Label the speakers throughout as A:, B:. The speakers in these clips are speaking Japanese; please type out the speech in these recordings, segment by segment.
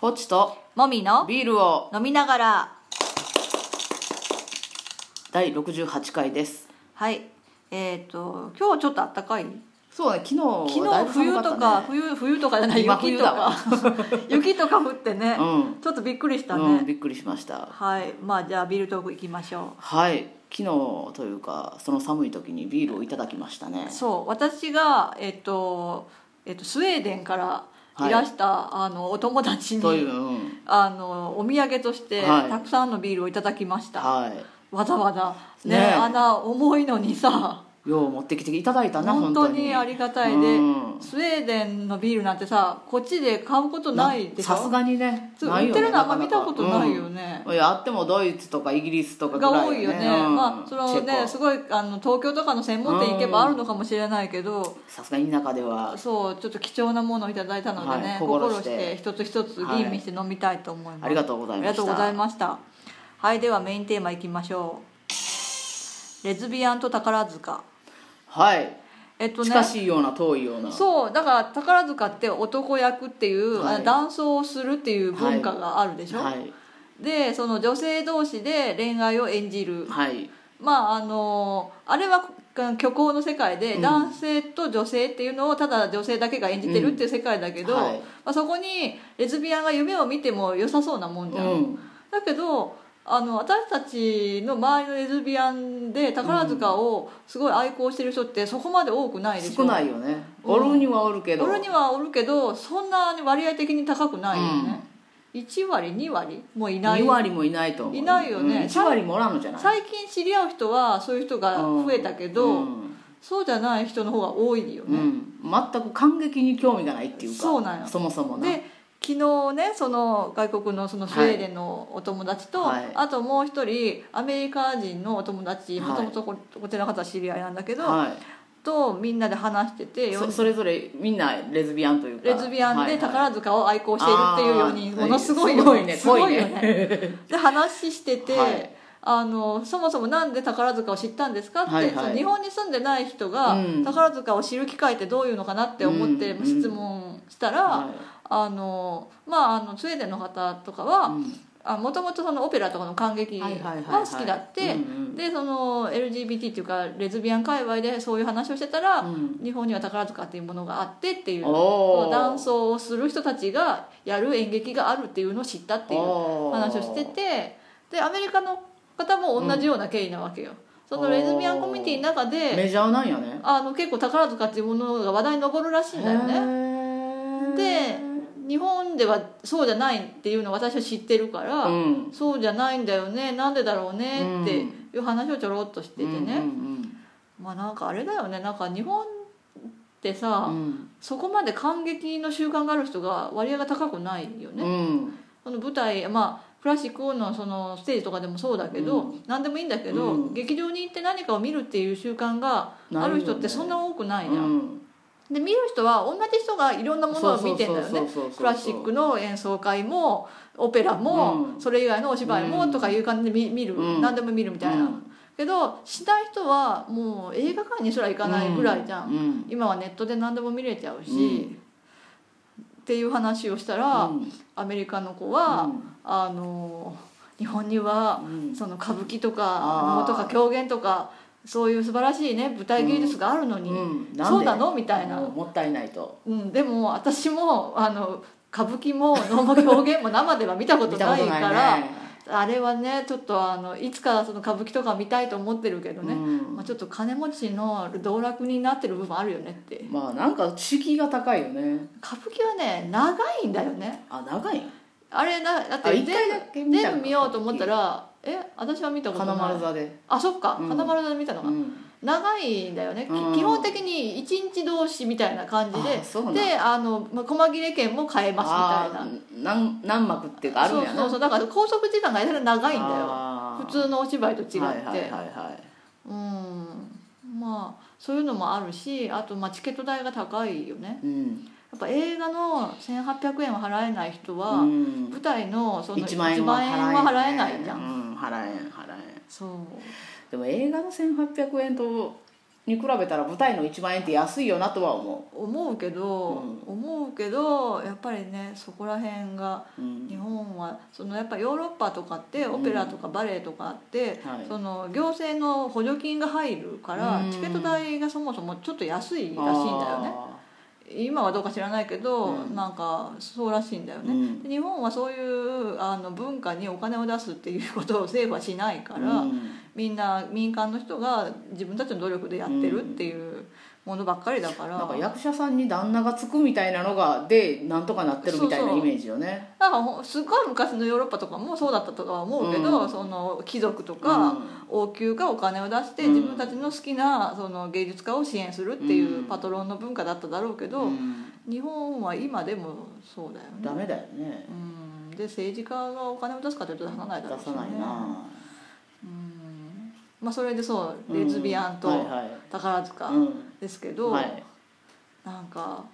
A: ポチと
B: もみの
A: ビールを
B: 飲みながら
A: 第68回です
B: はいえっ、と今日ちょっとあったかい
A: そうね昨日
B: 昨
A: はだい
B: 日
A: ぶ
B: 冬
A: 寒
B: と
A: った
B: か
A: ね
B: 冬冬とかじゃない
A: 今
B: 雪
A: 冬
B: と
A: だ
B: か
A: わ
B: 雪とか降ってね、
A: うん
B: ちょっとびっくりしたね、
A: うん、びっくりしました
B: はいまあじゃあビールトーク行きましょ
A: はい昨日というかその寒い時にビールをいただきましたね
B: うそう私がえっ、と,、えっとスウェーデンから
A: はい
B: いらした、あのお友達
A: という、
B: に
A: うん、
B: あのお土産として、
A: はい
B: たくさんのビールをいただきました、
A: は
B: わざわざね
A: ねえ
B: あんな重いのにさ
A: いよう持ってきていただいたな
B: 本
A: 本
B: 当
A: 当
B: に
A: に
B: ありがたいで、
A: うん
B: スウェーデンのビールなんてさこっちで買うことないでしょ
A: さすがにね
B: そう
A: ない
B: 売
A: よ
B: っ
A: ね
B: てるのあんま見
A: なか
B: た
A: なか
B: ことないよね、
A: うんいやあってもドイツとかイギリスとかぐら
B: が
A: い
B: 多いよね、
A: うん
B: まあそのね
A: チ
B: す
A: ェコ
B: ごいあの東京とかの専門店行けばあるのかもしれないけど、
A: さすがに田舎では
B: そうちょっと貴重なものをいただいたのでね、
A: はい
B: 心
A: 心
B: して
A: して
B: 一つ一つ吟味して飲みたいと思います、
A: はいありがとうございました
B: ありがとうございましたはいではメインテーマいきましょうレズビアンと宝塚
A: はい
B: えっとね
A: 近しいような遠いような
B: そうだから宝塚って男役っていう、
A: はい
B: あの男装をするっていう文化があるでしょ、
A: はい
B: でその女性同士で恋愛を演じる
A: はい
B: まああのあれはあ虚構の世界で
A: うん
B: 男性と女性っていうのをただ女性だけが演じてるっていう世界だけど、
A: うんはい
B: まあ、そこにレズビアンが夢を見ても良さそうなもんじ
A: う
B: ゃん、
A: ん
B: だけどあの私たちの周りのレズビアンで宝塚をすごい愛好してる人ってそこまで多くないでし
A: 少
B: ょ
A: ないよねおるにはおるけど
B: おるにはおるけどそんなに割合的に高くないよね、1割2割もういない
A: 2割もいないと思う
B: いないよね
A: うん1割もおらんのじゃない
B: 最近知り合う人はそういう人が増えたけど、
A: うん
B: そうじゃない人の方が多いよ
A: う
B: ね、
A: ん全く感激に興味がないっていうか
B: そうなんよ
A: そもそもな
B: で昨日ねその外国のそのスウェーデンのお友達と、
A: はい
B: あともう一人アメリカ人のお友達
A: はい
B: もともとここちらの方は知り合いなんだけど、
A: は
B: とみんなで話してて
A: い
B: よん
A: そそれぞれみんなレズビアンというか
B: レズビアンで
A: 宝
B: 宝塚を愛好しているっていうようにものすごいよね
A: すごいね
B: よねで話してて、
A: はい
B: あのそもそもなんで宝塚を知ったんですかって、
A: はいはい
B: その日本に住んでない人が
A: うん
B: 宝塚を知る機会ってどういうのかなって思って
A: うん
B: 質問したら、
A: はい
B: あのまああのスウェーデンの方とかはもともとオペラとかの感激が
A: はいはいはいはい
B: 好きだって、
A: うんうん
B: でその LGBT っていうかレズビアン界隈でそういう話をしてたら、
A: うん
B: 日本には宝塚っていうものがあってっていう
A: おー
B: そのダンスをする人たちがやる演劇があるっていうのを知ったっていう話をしててでアメリカの方も同じような経緯なわけよ、そのレズビアンコミュニティの中
A: あー
B: で
A: メジャーなんやね
B: あの結構宝塚っていうものが話題に上るらしいんだよね
A: ね
B: で日本ではそうじゃないっていうのを私は知ってるから、
A: うん
B: そうじゃないんだよねなんでだろうねっていう話をちょろっとしててね、
A: うんうん
B: まあなんかあれだよねなんか日本って
A: う
B: さ、
A: ん
B: そこまで感激の習慣がある人が割合が高くないよね、
A: うん
B: その舞台まあクラシックのそのステージとかでもそうだけど、
A: う
B: 何でもいいんだけど、
A: うん
B: 劇場に行って何かを見るっていう習慣があ
A: ないよ
B: る
A: ね
B: 人ってそんな多くないじゃん、
A: うん
B: で見る人は同じ人がいろんなものを見てんだよね
A: そうそうそうそうそう
B: クラシックの演奏会もオペラも、
A: うん
B: それ以外のお芝居もとかいう感じで見見る、
A: うん
B: 何でも見るみたいな、
A: うん
B: けどしない人はもう映画館にすら行かないぐらいじゃん、
A: うん
B: 今はネットで何でも見れちゃうし、
A: うん
B: っていう話をしたら、
A: うん
B: アメリカの子は、
A: うん
B: あの日本には
A: うん
B: その歌舞伎とか
A: あー
B: 能とか狂言とかそういう素晴らしいね舞台芸術があるのに、
A: うんなんで
B: そうなのみたいな
A: もうもったいないと
B: うん、でも私もあの歌舞伎も能も表 現も生では見たことない
A: 見た
B: か
A: こ
B: ら、
A: とね
B: あれはねちょっとあのいつかその歌舞伎とか見たいと思ってるけどね、
A: うん
B: まあ、ちょっと金持ちの道楽になってる部分あるよねって
A: まあなんか敷居が高いよね
B: 歌舞伎はね長いんだよね
A: あ長いん
B: あれなだっ
A: あ
B: て
A: 一回
B: 全
A: だけ
B: 部
A: 見たの
B: 全部見ようと思ったらえ私は見たこと
A: 金
B: な
A: 丸
B: い
A: 座で
B: あそっか
A: うん
B: 金丸座で見たのが、
A: うん
B: 長いんだよね、き
A: うん
B: 基本的に一日同士みたいな感じで
A: あそうなん
B: であの、まあ、細切れ券も買えますみたいな
A: みたいな何何幕っていうかあるんやな
B: そうそうそうだから拘束時間がやたら長いんだよ
A: よ
B: 普通のお芝居と違って、
A: はいはいはいはい
B: うんまあそういうのもあるしあとまあチケット代が高いよね
A: うん
B: やっぱ映画の1800円は払えない人は、
A: うん
B: 舞台のその
A: 1万円は
B: は払えないじゃん、
A: うん払えん払えん
B: そう
A: でも映画の1800円とに比べたら舞台の1万円って安いよなとは思
B: 思うけど、
A: う
B: 思うけどやっぱりねそこら辺が
A: う、うん
B: 日本はそのやっぱヨーロッパとかってオペラとかバレエとかあって、
A: はい
B: その行政の補助金が入るから、
A: うん
B: チケット代がそもそもちょっと安いらしいんだよね
A: あ
B: 今はどうか知らないけど、
A: うん
B: なんかそうらしいんだよ
A: ー
B: ね、で日本はそういうあの文化にお金を出すっていうことを政府はしないから、
A: うん
B: みんな民間の人が自分たちの努力でやってるっていうものばっかりだから、
A: なんか役者さんに旦那がつくみたいなのがでなんとかなってるみたいな
B: そう
A: イ
B: そう
A: メージよね
B: なんかほんすごい昔のヨーロッパとかもそうだったとかは思うけど、
A: うん
B: その貴族とか王宮がお金を出して
A: うん
B: 自分たちの好きなその芸術家を支援するっていううんパトロンの文化だっただろうけ
A: う
B: ど、
A: んうん
B: 日本は今でもそうだよね。
A: ダメだよね
B: うんで政治家がお金を出すかというと出さない
A: 出
B: だろうし、
A: さ
B: ね、
A: ないな
B: うんまあ、それでそう
A: うん
B: レズビアンと
A: はいはい
B: 宝塚
A: うん
B: ですけど、
A: はい
B: なんか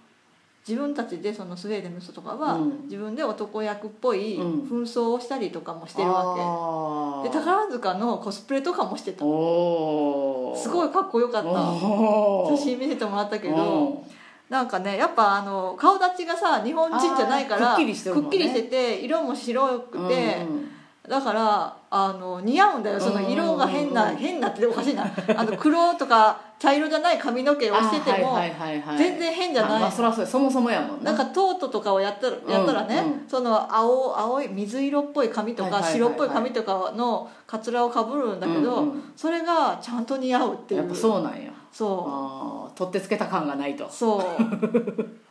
B: 自分たちでそのスウェーデンの人とかは、
A: うん
B: 自分で男役っぽい
A: うん
B: 紛争をしたりとかもしてるわ
A: あ
B: け、
A: ー
B: で宝塚のコスプレとかもしてた
A: お
B: す
A: い
B: ごいかっこよかった
A: おー
B: 写真見せてもらったけ
A: うん
B: どなんかねやっぱあの顔立ちがさ日本人じゃないから
A: あーくっきりしてるもんね
B: くっきりしてて色も白くて、
A: うん
B: だからあの似合うんだよその色が変な、
A: うんうんうん
B: 変なっておかしいなあの黒とか茶色じゃない髪の毛をしてても、
A: あーはいはいはいはい
B: 全然変じゃない
A: あまあそらそうやそもそもやもん
B: なんかトートとかをやったらやったらね、
A: うんうん
B: その青青い水色っぽい髪と
A: はい
B: か
A: はいはい
B: 白っぽい髪とかのかつらをかぶるんだけど、
A: うんうん
B: それがちゃんと似合うっていう
A: やっぱそうなんや
B: そ
A: あー取ってつけた感がないと
B: うそう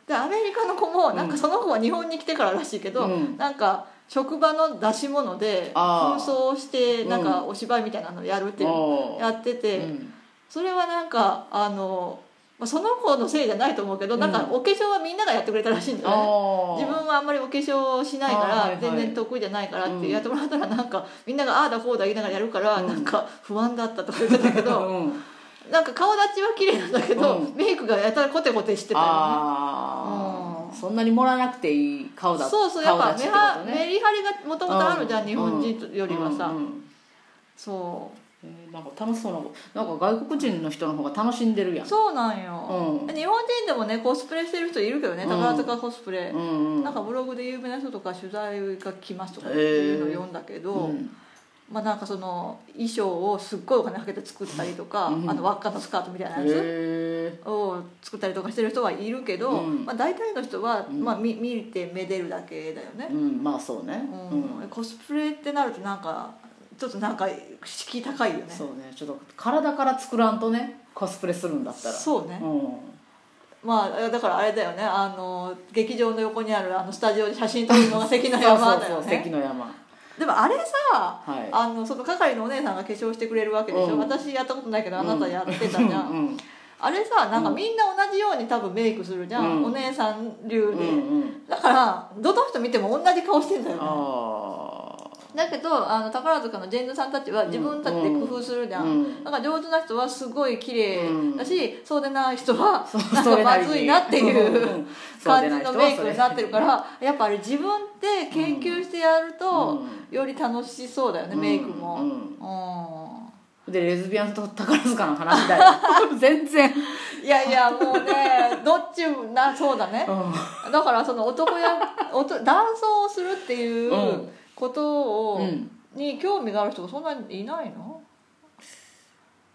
B: でアメリカの子もなんかその子は日本に来てかららしいけど、
A: うん
B: なんか職場の出し物で紛
A: あー
B: 争をしてなんか
A: う
B: お芝居みたいなのやるっていう
A: おー
B: やってて、
A: うん
B: それはなんかあのまあその子のせいじゃないと思うけど、
A: うん
B: なんかお化粧はみんながやってくれたらしいんだよね
A: あー
B: 自分はあんまりお化粧しないか
A: あーはいは
B: ら
A: い
B: 全然得意じゃないからっ
A: う
B: て
A: ん
B: やってもらったらなんかみんながああだこうだ言いながらやるから
A: うん
B: なんか不安だったとか言ってたけ ど
A: うん
B: なんか顔立ちは綺麗なんだけど
A: うん
B: メイクがやたらコテコテしてたよね
A: ああ、
B: うん
A: そんなに盛らなくていい顔だ
B: そうそうやっぱ
A: 顔
B: メ
A: 立ちっ
B: ハ
A: てことね
B: メリハリがもともとあるじゃ
A: うんん
B: 日本人よりはさ
A: うんうん
B: そ
A: えーなんか楽しそうななんか外国人の人の方が楽しんでるや
B: うんそうなんよ
A: うん
B: 日本人でもねコスプレしてる人いるけどね
A: うん
B: 宝塚コスプレ
A: うんうん
B: なんかブログで有名な人とか取材が来ますとか
A: へ
B: っ
A: ー
B: ていうのを読んだけど、
A: うん
B: まあなんかその衣装をすっごいお金かけて作ったりとか、
A: うん
B: あの輪っかのスカートみたいなやつ
A: へえ
B: を作ったりとかしてる人はいるけど、
A: うん
B: まあ、大体の人は、
A: うん
B: まあ、見見てめでるだけだよね
A: う、んまあそうね
B: うん
A: うん
B: コスプレってなるとなんかちょっとなんか敷居高いよね
A: そうねちょっと体から作らんとねコスプレするんだったら
B: そうね、
A: う
B: まあだからあれだよねあの劇場の横にあるあのスタジオで写真撮るのが関の山だよ
A: そうそうそう関
B: ね
A: の山
B: でもあれさ
A: はい
B: あのその係のお姉さんが化粧してくれるわけでしょ、
A: うん
B: 私やったことないけどあなたやってたじゃん、
A: うんうん
B: あれさなんかみんな同じように多分メイクするじゃん、
A: うん
B: お姉さん流で、
A: うんうん
B: だからどの人見ても同じ顔してんだよね
A: あ
B: だけどあの宝塚のジェンヌさんたちは自分たちで工夫するじゃん、
A: うんうん
B: だから上手な人はすごい綺麗だし、そうでない人は
A: あ
B: なんかまずいなっていう感じのメイクになってるか、
A: うん
B: らやっぱあれ自分で研究してやると、より楽しそうだよね、
A: うん
B: メイクも、
A: うん
B: うん
A: そうでレズビアンと宝塚の話 だよ全然、
B: いやいやもうねどっちもなそうだね
A: うん
B: だからその 男や男装をするっていう
A: うん
B: ことを、
A: うん
B: に興味がある人がそんなにいないの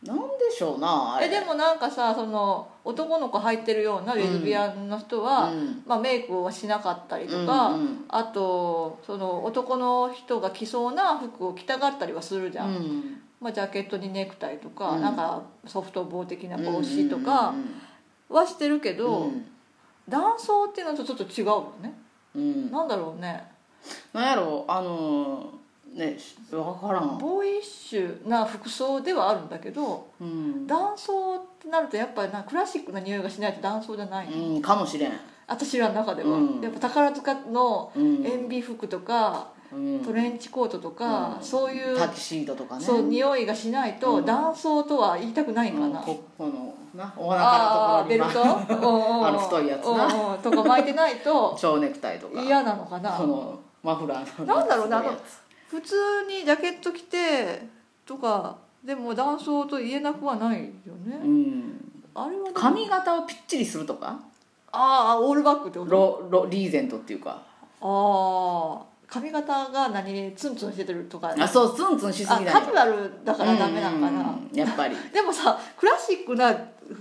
A: なんでしょうなあれ
B: えでもなんかさその男の子入ってるようなレズビアンの人は、
A: うん
B: まあ、メイクをしなかったりとか、
A: うんうん
B: あとその男の人が着そうな服を着たがったりはするじゃん、
A: うん
B: まあ、ジャケットにネクタイとか、
A: うん
B: なんかソフト棒的な帽子とかはしてるけ
A: う
B: ど、
A: ん
B: 男装っていうのとちょっと違うよね、
A: うん
B: なんだろうね
A: なんやろうあのーね分からん、
B: ボーイッシュな服装ではあるんだけど
A: うん
B: 男装ってなるとやっぱりなクラシックな匂いがしないと男装じゃない、
A: うん、かもしれん、
B: 私らの中では、
A: うん
B: やっぱ宝塚の
A: うん
B: 塩ビ服とか、
A: うん
B: トレンチコートとか、
A: うん
B: そういう、
A: タキシードとかね
B: そう匂いがしないと、
A: うん
B: 男装とは言いたくないんか
A: うん
B: な、
A: ここのなお
B: あ
A: 腹
B: あ
A: のところに
B: ベルトおうお う
A: あの太いやつな
B: おうおうとか巻いてないと
A: 蝶ネクタイとか
B: 嫌なのか な
A: このマフラーの
B: なんだろうなあの
A: やつ
B: 普通にジャケット着てとかでも男装と言えなくはないよね、
A: うん、
B: あれはでも
A: 髪型をぴっちりするとか
B: ああオールバックってこと
A: ロロリーゼントっていうか
B: ああ髪型が何ツンツンしててるとか
A: あそうツンツンしす
B: あ
A: ぎ
B: カ
A: な
B: ジ
A: い
B: ュアルだからダメなん
A: う
B: かな、
A: んやっぱ り
B: でもさクラシックな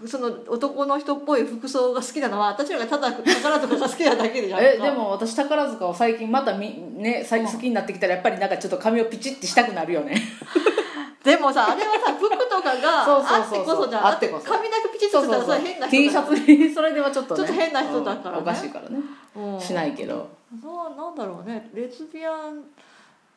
B: その男の人っぽい服装が好きなのは私らがただ宝とかが好きなだけじゃんか
A: えでも私宝塚を最近またみ、ね、最近好きになってきたらやっぱりなんかちょっと髪をピチッてしたくなるよ ね
B: でもさあれはさ服とか が
A: そうそう
B: あ
A: そうそう
B: ってこそじゃん
A: あってこそ
B: 髪だけピチッ
A: そ
B: と
A: う
B: し
A: そ
B: た
A: うそ
B: らさ
A: う
B: 変な
A: T シャツにそれではちょっと、ね、
B: ちょっと変な人だから
A: うん
B: ね
A: おかしいからね
B: ツ
A: しないけど
B: ななんだろうねレズビアン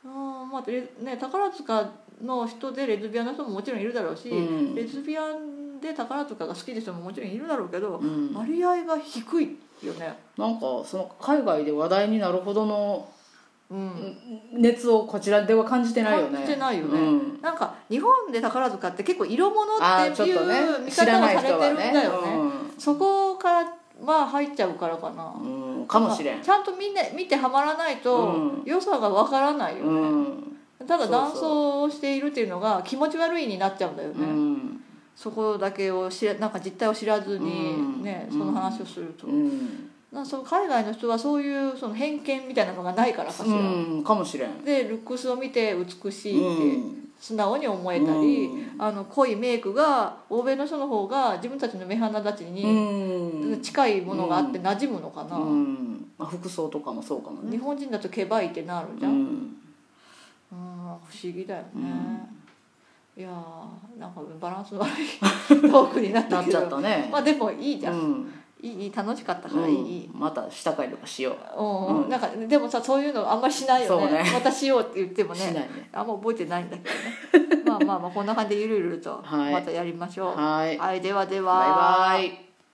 B: うんまあレね、宝塚の人でレズビアンの人ももちろんいるだろうし、
A: うん
B: レズビアンで宝塚が好きな人ももちろんいるだろうけど、
A: うん
B: 割合が低いよね、
A: なんかその海外で話題になるほどの
B: うん、
A: 熱をこちらでは感じてないよね
B: 感じてないよね
A: うん
B: なんか日本で宝塚って結構色物
A: あー
B: って
A: ちょっ
B: い
A: とね
B: う見
A: 知
B: 方
A: ら
B: を
A: な
B: さ
A: い
B: れて
A: 人
B: るん
A: は
B: だ
A: ね
B: よねそこからは入っちゃうからかな、
A: うんうんかもしれん
B: ちゃんとみんな見てはまらないと、
A: うん
B: 良さがわからないよ
A: う
B: ね、
A: ん
B: た
A: そ
B: だ
A: うそう
B: 男装をしているっていうのが気持ち悪いになっちゃうんだよね、
A: うん
B: そこだけを知らなんか実態を知らず
A: うん
B: に、ねその話をすると、
A: うん
B: なんかその海外の人はそういうその偏見みたいなのがないからかしら、
A: うんかもしれん
B: でルックスを見て美しいって、
A: うん
B: 素直に思えたり、
A: う
B: あの濃いメイクが欧米の人の方が自分たちの目鼻立ち
A: う
B: に
A: ん
B: 近いものがあって馴染むのかな、
A: うんまあ服装とかもそうかもね
B: 日本人だとケバいってなるじゃん、うん、
A: ん
B: 不思議だよね、いやーなんかバランス悪いトークになった
A: なっ
B: け
A: ちゃ
B: ど
A: ったね
B: まあでもいいじゃん、
A: うん
B: いいいい楽しかったからいい、いい
A: うんまた下回とかしよ
B: うんうん
A: うん
B: なんかでもさそういうのあんまりしないよね
A: そうね
B: またしようって言っても
A: うしない
B: ね
A: ね
B: あんま覚えてないんだけどねまあまあまあこんな感じでゆるゆると
A: はい
B: またやりましょう、
A: はい
B: はい、ではでは。
A: バイバイ